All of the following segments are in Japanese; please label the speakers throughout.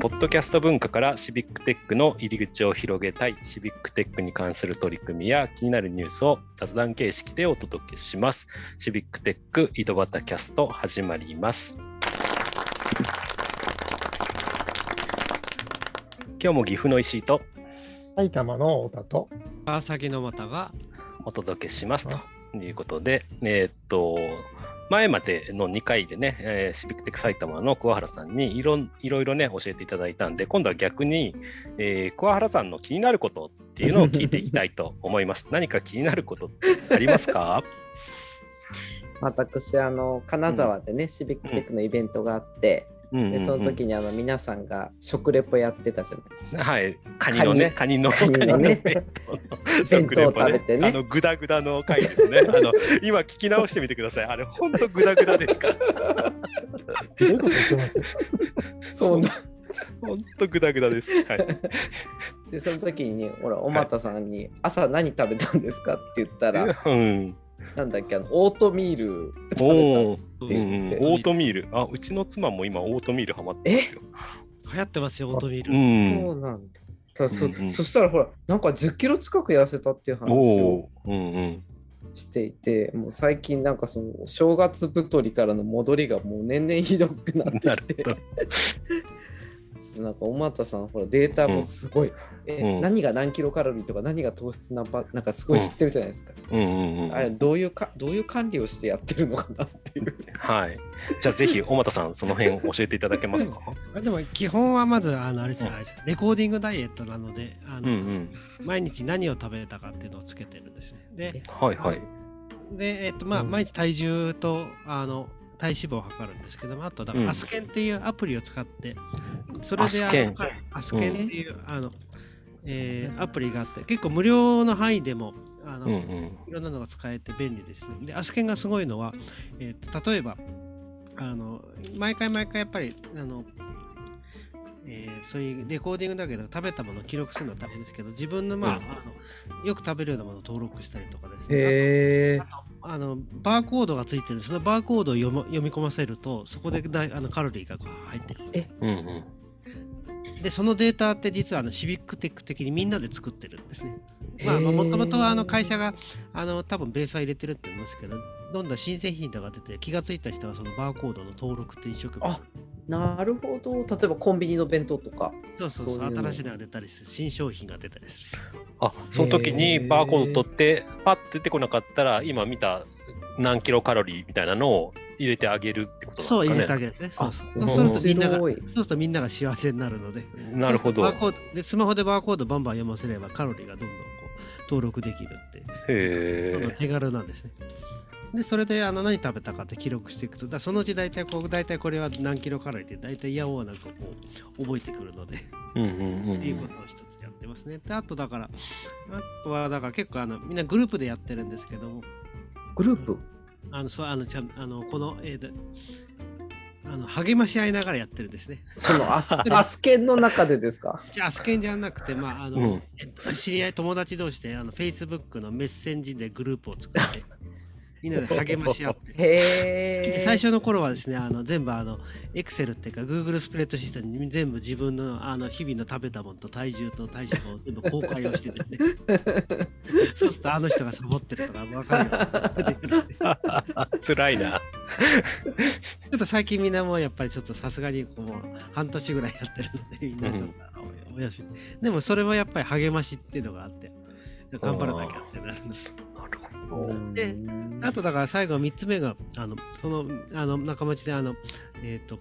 Speaker 1: ポッドキャスト文化からシビックテックの入り口を広げたいシビックテックに関する取り組みや気になるニュースを雑談形式でお届けします。シビックテック井戸端キャスト始まります。今日も岐阜の石井と
Speaker 2: 埼玉の太田と、
Speaker 3: 川崎の股が
Speaker 1: お届けしますということで、えーっと、前までの2回でね、えーシビックテック埼玉の桑原さんにいろんいろいろね、教えていただいたんで、今度は逆に、えー桑原さんの気になることっていうのを聞いていきたいと思い ます。何か気になることってありますか
Speaker 4: 私あの金沢でね、シビックテックのイベントがあって、
Speaker 1: うんうんうん
Speaker 4: でその時にあの皆さんが食レポやってたじゃないですか。
Speaker 1: はい、カニのね、カニの、
Speaker 4: カニのね
Speaker 1: 弁当の
Speaker 4: 弁
Speaker 1: 食
Speaker 4: 当
Speaker 1: レ
Speaker 4: を
Speaker 1: ポ
Speaker 4: 食べ
Speaker 1: ね
Speaker 4: て
Speaker 1: あ
Speaker 4: ね。
Speaker 1: のグダグダの回です ね。あの今聞き直してみてください。あれ本当グダグダですから。
Speaker 2: どういうこと言ってます
Speaker 4: そうな
Speaker 1: 本当グダグダです。はい。
Speaker 4: でその時にほらおまたさんに「朝何食べたんですか?」って言ったら、
Speaker 1: うん。
Speaker 4: なんだっけあのオートミール
Speaker 1: おおー。
Speaker 3: うん
Speaker 1: う
Speaker 3: 流
Speaker 1: んうんオートミール。あ、うちの妻も今オートミールハマってますよ。
Speaker 3: 行ってますよ、オートミ
Speaker 1: う
Speaker 3: ール。
Speaker 4: そ
Speaker 1: ん。
Speaker 4: うなんだ。ただそ
Speaker 1: うんうん
Speaker 4: そしたらほらなんか1 0キロ近く痩せたっていう
Speaker 1: お
Speaker 4: 話を
Speaker 1: おー。うんうん。
Speaker 4: していてもう最近なんかその正月太りからの戻りがもう年々ひどくな
Speaker 1: な
Speaker 4: ってき
Speaker 1: る
Speaker 4: て
Speaker 1: ほど。
Speaker 4: ちょっとなんかおまたさんほらデータもすごい、え
Speaker 1: うん
Speaker 4: 何が何キロカロリーとか何が糖質何パなんかすごい知ってるじゃないですか、
Speaker 1: うんうんうん。
Speaker 4: あれどういうかどういう管理をしてやってるのかなっていう
Speaker 1: はい。じゃあぜひ小俣さんその辺教えていただけます か。
Speaker 3: でも基本はまず、あのあれですよ、あれですよレコーディングダイエットなので、あ
Speaker 1: うんう
Speaker 3: の
Speaker 1: ん。
Speaker 3: 毎日何を食べたかっていうのをつけてるんですね。で、
Speaker 1: はいはい。
Speaker 3: でえっとまあ、
Speaker 4: うん
Speaker 3: 毎日体重とあの体脂肪を測るんですけども、あと、だか
Speaker 1: うん
Speaker 3: らアスケンっていうアプリを使って、それで
Speaker 1: アスケン
Speaker 3: あのはいアスケンっていう、あのえーアプリがあって、結構無料の範囲でも、あの
Speaker 1: うんうん。
Speaker 3: いろんなのが使えて便利ですね。で、アスケンがすごいのは、えーと例えばあの、毎回毎回やっぱり、あのえーそういうレコーディングだけど、食べたものを記録するのは大変ですけど、自分の,、まあ
Speaker 1: うん
Speaker 3: あのよく食べるようなものを登録したりとかですね。
Speaker 4: へえ
Speaker 3: あのバーコードがついてるそのバーコードを読む読み込ませると、そこでだいあのカロリーがこう入ってる。
Speaker 1: うんうん。
Speaker 3: で、そのデータって実はあのシビックテック的にみんなで作ってるんですね。まあ、
Speaker 4: へー
Speaker 3: もともとはあの会社があの多分ベースは入れてるって言うんですけど、どんどん新製品とかが出て、気がついた人はそのバーコードの登録って一生懸命
Speaker 4: あなるほど例えばコンビニの弁当とか
Speaker 3: そうそうそう
Speaker 4: そういうの
Speaker 3: 新しいのが出たりする、新商品が出たりする。
Speaker 1: あ、その時にバーコード取ってパッと出てこなかったら今見た何キロカロリーみたいなのを入れてあげるってこと
Speaker 3: そう
Speaker 1: な
Speaker 3: 入
Speaker 1: んで
Speaker 3: れ
Speaker 1: す
Speaker 3: た
Speaker 1: か
Speaker 3: わ
Speaker 1: ね。
Speaker 3: けですね。そうそう。そ
Speaker 4: あ
Speaker 3: うするとみんなが、そ
Speaker 4: 面
Speaker 3: う
Speaker 4: 白い
Speaker 3: するとみんなが幸せになるので。
Speaker 1: なるほど。
Speaker 3: そうす
Speaker 1: へ
Speaker 3: るとバーコードでスマホでバーコードバンバン読ませればカロリーがどんどんこう登録できるって。どんどん
Speaker 1: え。
Speaker 3: 手軽なんですね。で、それであの何食べたかって記録していくと、だそのうち大体こう、大体これは何キロカロリーで大体やおうなんかこう、覚えてくるので、
Speaker 1: うんうんう
Speaker 3: って いうこ
Speaker 1: ん
Speaker 3: とを一つやってますね。で、あとだから、あとはだから結構あの、みんなグループでやってるんですけども、
Speaker 4: グループ
Speaker 3: あの、そう、あの、ちゃんあのこの、えーと、あの励まし合いながらやってるんですね。
Speaker 4: そ のアスアスケンの中でですか
Speaker 3: いやアスケンじゃなくて、まあ、あの、
Speaker 1: うん。うん
Speaker 3: えっと知り合い友達同士であの Facebook のメッセンジでグループを作 って、みんなで励まし合って。
Speaker 4: へえ
Speaker 3: で最初の頃はですねあの全部あの Excel っていうか Google スプレッドシートに全部自分のあの日々の食べたものと体重と体脂肪を全部公開をしてて、ね、 そうするとあの人がサボってるとか分かるようになってくるち
Speaker 1: 辛いな。
Speaker 3: ょっと最近みんなもうやっぱりちょっとさすがにこうもう半年ぐらいやってるのでみんなちょっとあのお休みでもそれはやっぱり励ましっていうのがあって頑張らなきゃってな
Speaker 1: な
Speaker 3: るの
Speaker 1: るほ
Speaker 4: う
Speaker 1: ど。
Speaker 4: ん
Speaker 3: であとだから最後3つ目が、あの、その、あの、仲間内で、あの、えっ、と、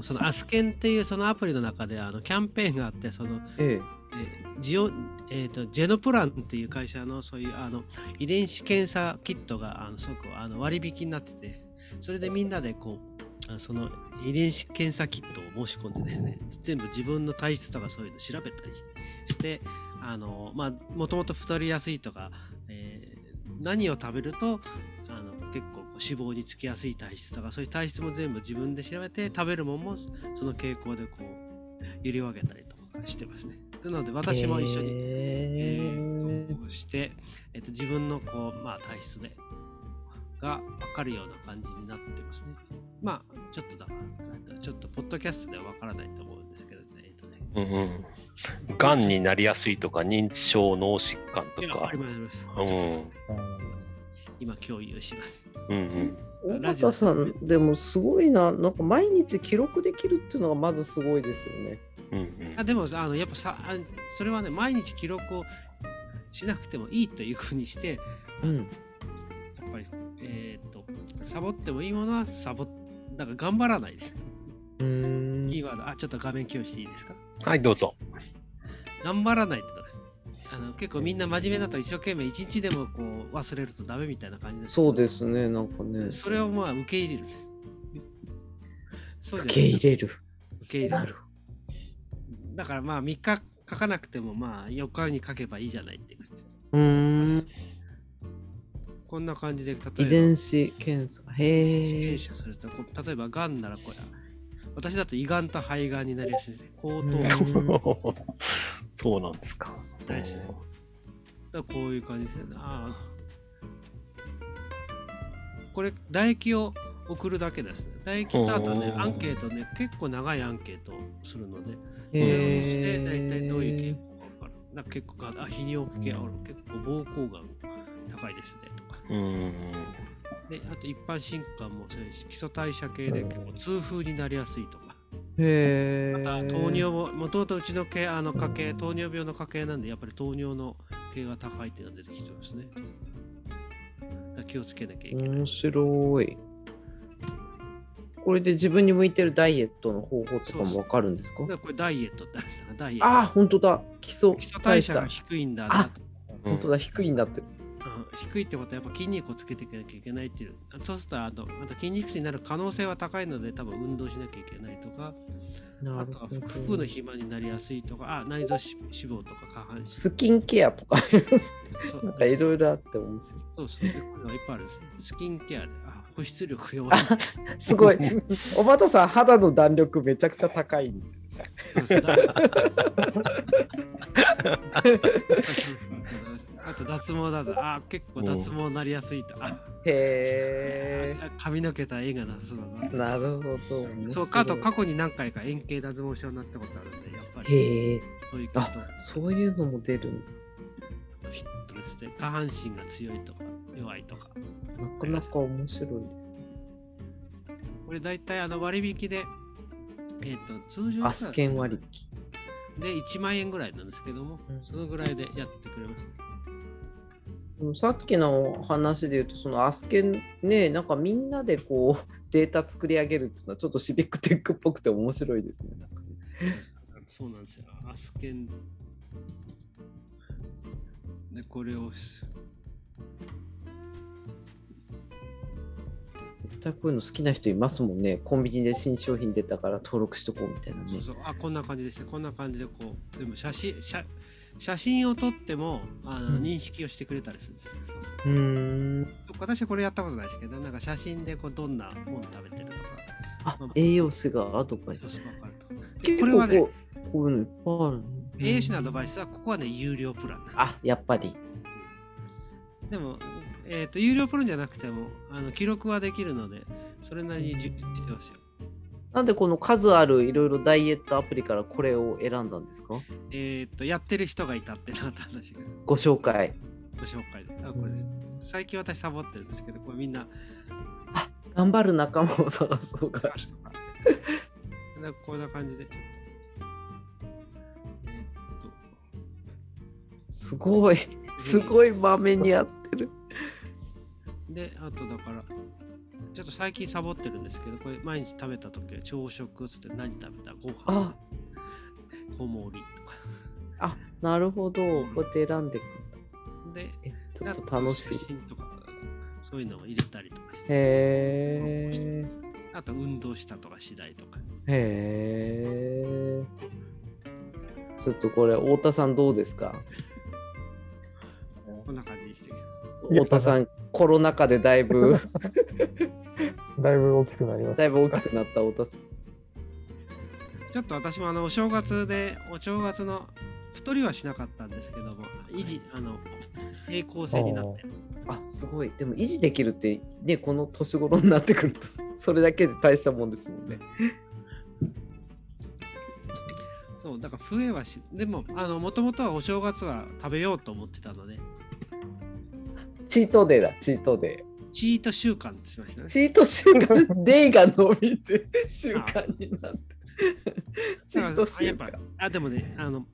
Speaker 3: そのアスケンっていうそのアプリの中であのキャンペーンがあって、その、
Speaker 4: ええ
Speaker 3: えジオ、えっ、と、ジェノプランっていう会社のそういうあの遺伝子検査キットがあのすごくあの割引になってて、それでみんなでこう、あその遺伝子検査キットを申し込んでですね、 全部自分の体質とかそういうの調べたりして、あの、まあ、もともと太りやすいとか、えー何を食べるとあの結構脂肪につきやすい体質とかそういう体質も全部自分で調べて食べるもんもその傾向でこう揺り分けたりとかしてますね。なので私も一緒に、え
Speaker 4: へ
Speaker 3: ーして、えっと自分のこう、まあ、体質でが分かるような感じになってますね。まあ、ちょっとだ、ちょっとポッドキャストでは分からないと思うんですけどね。えっとね
Speaker 1: うんうん。がんになりやすいとか、認知症、脳疾患と
Speaker 3: 今
Speaker 1: か
Speaker 3: あり。ます
Speaker 1: うん
Speaker 2: う
Speaker 3: ちょっ
Speaker 2: ん
Speaker 3: と今共有します。
Speaker 1: うんうん。
Speaker 4: 尾形さん、でもすごいな、なんか毎日記録できるっていうのがまずすごいですよね。
Speaker 1: うん
Speaker 3: あでもあのやっぱさあそれはね毎日記録をしなくてもいいというふうにして
Speaker 4: うん。
Speaker 3: やっぱりえっ、とサボってもいいものはサボだから頑張らないです。
Speaker 4: うん
Speaker 3: いいワードあちょっと画面共有していいですか
Speaker 1: うん。はい、どうぞ。
Speaker 3: 頑張らないとあの結構みんな真面目だと一生懸命一日でもこう忘れるとダメみたいな感じなんけど
Speaker 4: そうですね、なんかね。
Speaker 3: それをまあ受け入れるんです。そうで
Speaker 4: 受
Speaker 3: す
Speaker 4: け入れる。
Speaker 3: 受け入れ
Speaker 4: なる
Speaker 3: だからまあ3日書かなくてもまあ4日に書けばいいじゃないっていう感じ。
Speaker 4: うん。
Speaker 3: こんな感じで例えば
Speaker 4: 遺伝子検査。へ
Speaker 3: 検
Speaker 4: え。
Speaker 3: 査するとこう例えばがんならこれ私だと胃がんと肺がんになりやすいですね喉頭
Speaker 4: う
Speaker 3: がん
Speaker 4: ん
Speaker 3: だか
Speaker 1: そうなんですか。
Speaker 3: 大事ねらこういう感じですねあーこれ唾液を送るだけですね唾液とあとね
Speaker 1: おー
Speaker 3: アンケートね結構長いアンケートをするので
Speaker 4: へ
Speaker 3: で大体どういう傾向
Speaker 4: え。
Speaker 3: が分かるなんか結構がんあ泌尿器系ある結構膀胱がん高いですねとか
Speaker 1: うん。
Speaker 3: であと一般疾患もそうですし基礎代謝系で結構痛風になりやすいとか
Speaker 4: へえ。
Speaker 3: また糖尿ももともとうちの系あの家系糖尿病の家系なんでやっぱり糖尿の系が高いっていうのが出てきてますねだから気をつけなきゃいけない、
Speaker 4: 面白い。これで自分に向いてるダイエットの方法とかもわかるんですか
Speaker 3: だからこれダイエットってあるんですかダイエット
Speaker 4: ああ、本当だ。基礎
Speaker 3: 基礎代
Speaker 4: 代
Speaker 3: 謝
Speaker 4: 謝
Speaker 3: が。低いんだ
Speaker 4: あ
Speaker 1: うん
Speaker 4: 本当だ、低いんだって。
Speaker 3: うん低いってことはやっぱ筋肉をつけていかなきゃいけないっていうそうするとあとあと筋肉質になる可能性は高いので多分運動しなきゃいけないとかあ
Speaker 4: なる
Speaker 3: とは
Speaker 4: ほ
Speaker 3: 腹
Speaker 4: ど
Speaker 3: 部の肥満になりやすいとかあ内臓脂脂肪とか下半身
Speaker 4: スキンケアとかあります。
Speaker 3: そう
Speaker 4: なんかいろいろあって面白い。
Speaker 3: そうそういうことがいっぱいあるんですねスキンケアであ保湿力弱い
Speaker 4: す ごい。おばたさん、肌の弾力めちゃくちゃ高い。
Speaker 3: そうそうだ あと脱毛だと、あ結構脱毛になりやすいと。あ
Speaker 4: へ
Speaker 3: あ 髪の毛とは縁がなさそうだ
Speaker 4: え。なるほど。
Speaker 3: な。
Speaker 4: 面白い
Speaker 3: そうか、あと過去に何回か円形脱毛症になったことあるんで、やっぱり
Speaker 4: へえ。
Speaker 3: そういうこと、
Speaker 4: そういうのも出るん
Speaker 3: フィットネスで下半身が強いとか弱いとか。
Speaker 4: だ。なかなか面白いですね。
Speaker 3: これ大体あの割引で、えっ、と、通常
Speaker 4: アスケン割引。
Speaker 3: で1万円ぐらいなんですけども、
Speaker 4: うん
Speaker 3: そのぐらいでやってくれます。
Speaker 4: でもさっきの話で言うと、そのアスケンね、なんかみんなでこう データ作り上げるっていうのはちょっとシビックテックっぽくて面白いですね。なんかね
Speaker 3: そうなんですよ。アスケン。で、これをし。
Speaker 4: 絶対こういうの好きな人いますもんね。コンビニで新商品出たから登録しとこうみたいな
Speaker 3: そ
Speaker 4: ね
Speaker 3: う。そうあ、こんな感じですね。こんな感じでこう。でも写真、写写真を撮ってもあの、
Speaker 4: うん
Speaker 3: 認識をしてくれたりするんですよ。そうそう
Speaker 4: うーん。
Speaker 3: 私はこれやったことないですけど、なんか写真でこうどんなもの食べてるとか。
Speaker 4: あ、栄養士がアドバイス
Speaker 3: そう。そうわかるとか。で
Speaker 4: 結
Speaker 3: これ
Speaker 4: 構こ
Speaker 3: は
Speaker 4: う、
Speaker 3: ね、
Speaker 4: こういうのいっぱいあるね
Speaker 3: 栄養士のアドバイスはここはね、有料プランなんです
Speaker 4: あ、やっぱり。
Speaker 3: でも、えっ、と、有料プランじゃなくても、あの記録はできるので、それなりに充実してますよ。
Speaker 4: なんでこの数あるいろいろダイエットアプリからこれを選んだんですか
Speaker 3: えっ、と、やってる人がいたってなった話が
Speaker 4: ご紹介。
Speaker 3: ご紹介で。あ、これです。最近私サボってるんですけど、これみんな、
Speaker 4: 頑張る仲間を探そうか。
Speaker 3: なんかこんな感じで、ちょっと。えーと
Speaker 4: すごい。すごいまめにやってる。
Speaker 3: で、あとだから、ちょっと最近サボってるんですけど、これ毎日食べた時は朝食っつって何食べたご飯
Speaker 4: あ、
Speaker 3: 小盛りとか。
Speaker 4: あ、なるほど。こうやって選んでいくんだ。
Speaker 3: で、
Speaker 4: え、ちょっと楽しい
Speaker 3: 写。真とかそういうのを入れたりとかして、
Speaker 4: へ
Speaker 3: あと運動したとか次第とか。
Speaker 4: え。へえ。ちょっとこれ、太田さんどうですか
Speaker 3: こんな感じにしてる。
Speaker 4: 太田さん、コロナ禍でだいぶ、
Speaker 2: だいぶ大きくなりまし
Speaker 4: だいぶ大きくなった太田さん。
Speaker 3: ちょっと私もあのお正月で、お正月の太りはしなかったんですけども、維持、あの、平行性になって。
Speaker 4: あすごいでも維持できるってねこの年頃になってくるとそれだけで大したもんですもんね。
Speaker 3: そう、だから増えはし、でも、あの、もともとはお正月は食べようと思ってたので、
Speaker 4: チートデーだチートデ
Speaker 3: チート習慣ってしました
Speaker 4: ー。
Speaker 3: ね。
Speaker 4: チート習慣デイが伸びて習慣になって。 チート習
Speaker 3: だからや
Speaker 4: 慣
Speaker 3: っ。ぱあ、でもね、あの、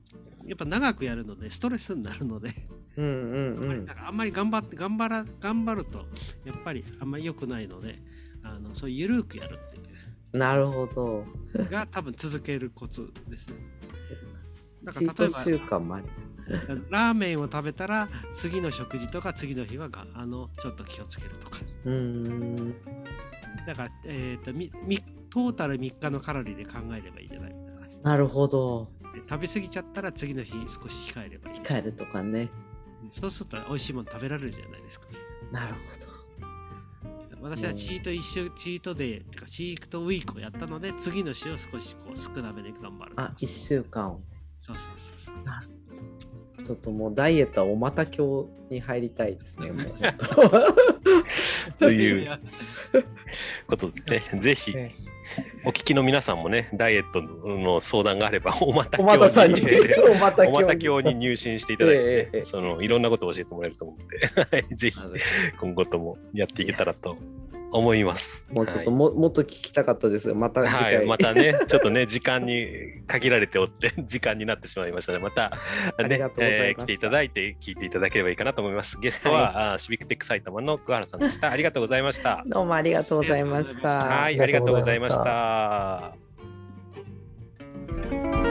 Speaker 3: やっぱ長くやるので、ストレスになるので、
Speaker 4: うんうんう。
Speaker 3: だからあんまり頑張って、頑張ら、頑張ると、やっぱりあんまり良くないので、あの、そう、ゆるくやるっていうん
Speaker 4: なるほど。
Speaker 3: が多分続けるコツですね。だか
Speaker 4: チ
Speaker 3: ら
Speaker 4: ート
Speaker 3: 例
Speaker 4: 習
Speaker 3: えば
Speaker 4: 慣もあり。
Speaker 3: ラーメンを食べたら次の食事とか次の日はがあのちょっと気をつけるとか
Speaker 4: うーん。
Speaker 3: だから、えー、とみみトータル3日のカロリーで考えればいいじゃないみたいな感じ
Speaker 4: なるほど。
Speaker 3: で食べ過ぎちゃったら次の日少し控えればいい
Speaker 4: 控えるとかね。
Speaker 3: そうすると美味しいもの食べられるじゃないですか
Speaker 4: なるほ
Speaker 3: 私はチート一週チートデーとかチートウィークをやったので次の週を少しこう少なめで頑張る
Speaker 4: ど。あ1週間を。
Speaker 3: そうそうそうそう
Speaker 4: ちょっともうダイエットはおまた教に入りたいです ね。もう
Speaker 1: と
Speaker 3: い
Speaker 1: いう
Speaker 3: や
Speaker 1: ことで、ね、ぜひ
Speaker 4: ね
Speaker 1: お聞きの皆さんもね、ダイエットの相談があれば、 おまた。
Speaker 4: おまたさんにおまた
Speaker 1: おまた
Speaker 4: 教
Speaker 1: 教
Speaker 4: に。
Speaker 1: に入信していただいてね、
Speaker 4: ええええ
Speaker 1: そのいろんなことを教えてもらえると思うんで、 ぜひ
Speaker 4: なる
Speaker 1: 今後ともやっていけたらと思います。
Speaker 4: もうちょっとも,、もっと聞きたかったですがまた次
Speaker 1: は
Speaker 4: 回、
Speaker 1: い、はい、またね、ちょっとね、時間に限られておって、 時間になってしまいましたね。また、
Speaker 4: あり
Speaker 1: ね
Speaker 4: がとうございま
Speaker 1: えー
Speaker 4: した
Speaker 1: 来ていただいて、聞いていただければいいかなと思います。ゲストは、あーシビックテック埼玉の桑原さんでした。ありがとうございました。
Speaker 4: どうもありがとうございました。
Speaker 1: はい、あ
Speaker 2: あ
Speaker 1: り
Speaker 2: り
Speaker 1: がと
Speaker 2: がと
Speaker 1: う
Speaker 2: う
Speaker 1: ご
Speaker 2: ご
Speaker 1: ざ
Speaker 2: ざ
Speaker 1: い
Speaker 2: い
Speaker 1: ま
Speaker 2: ま
Speaker 1: し
Speaker 2: した
Speaker 1: た。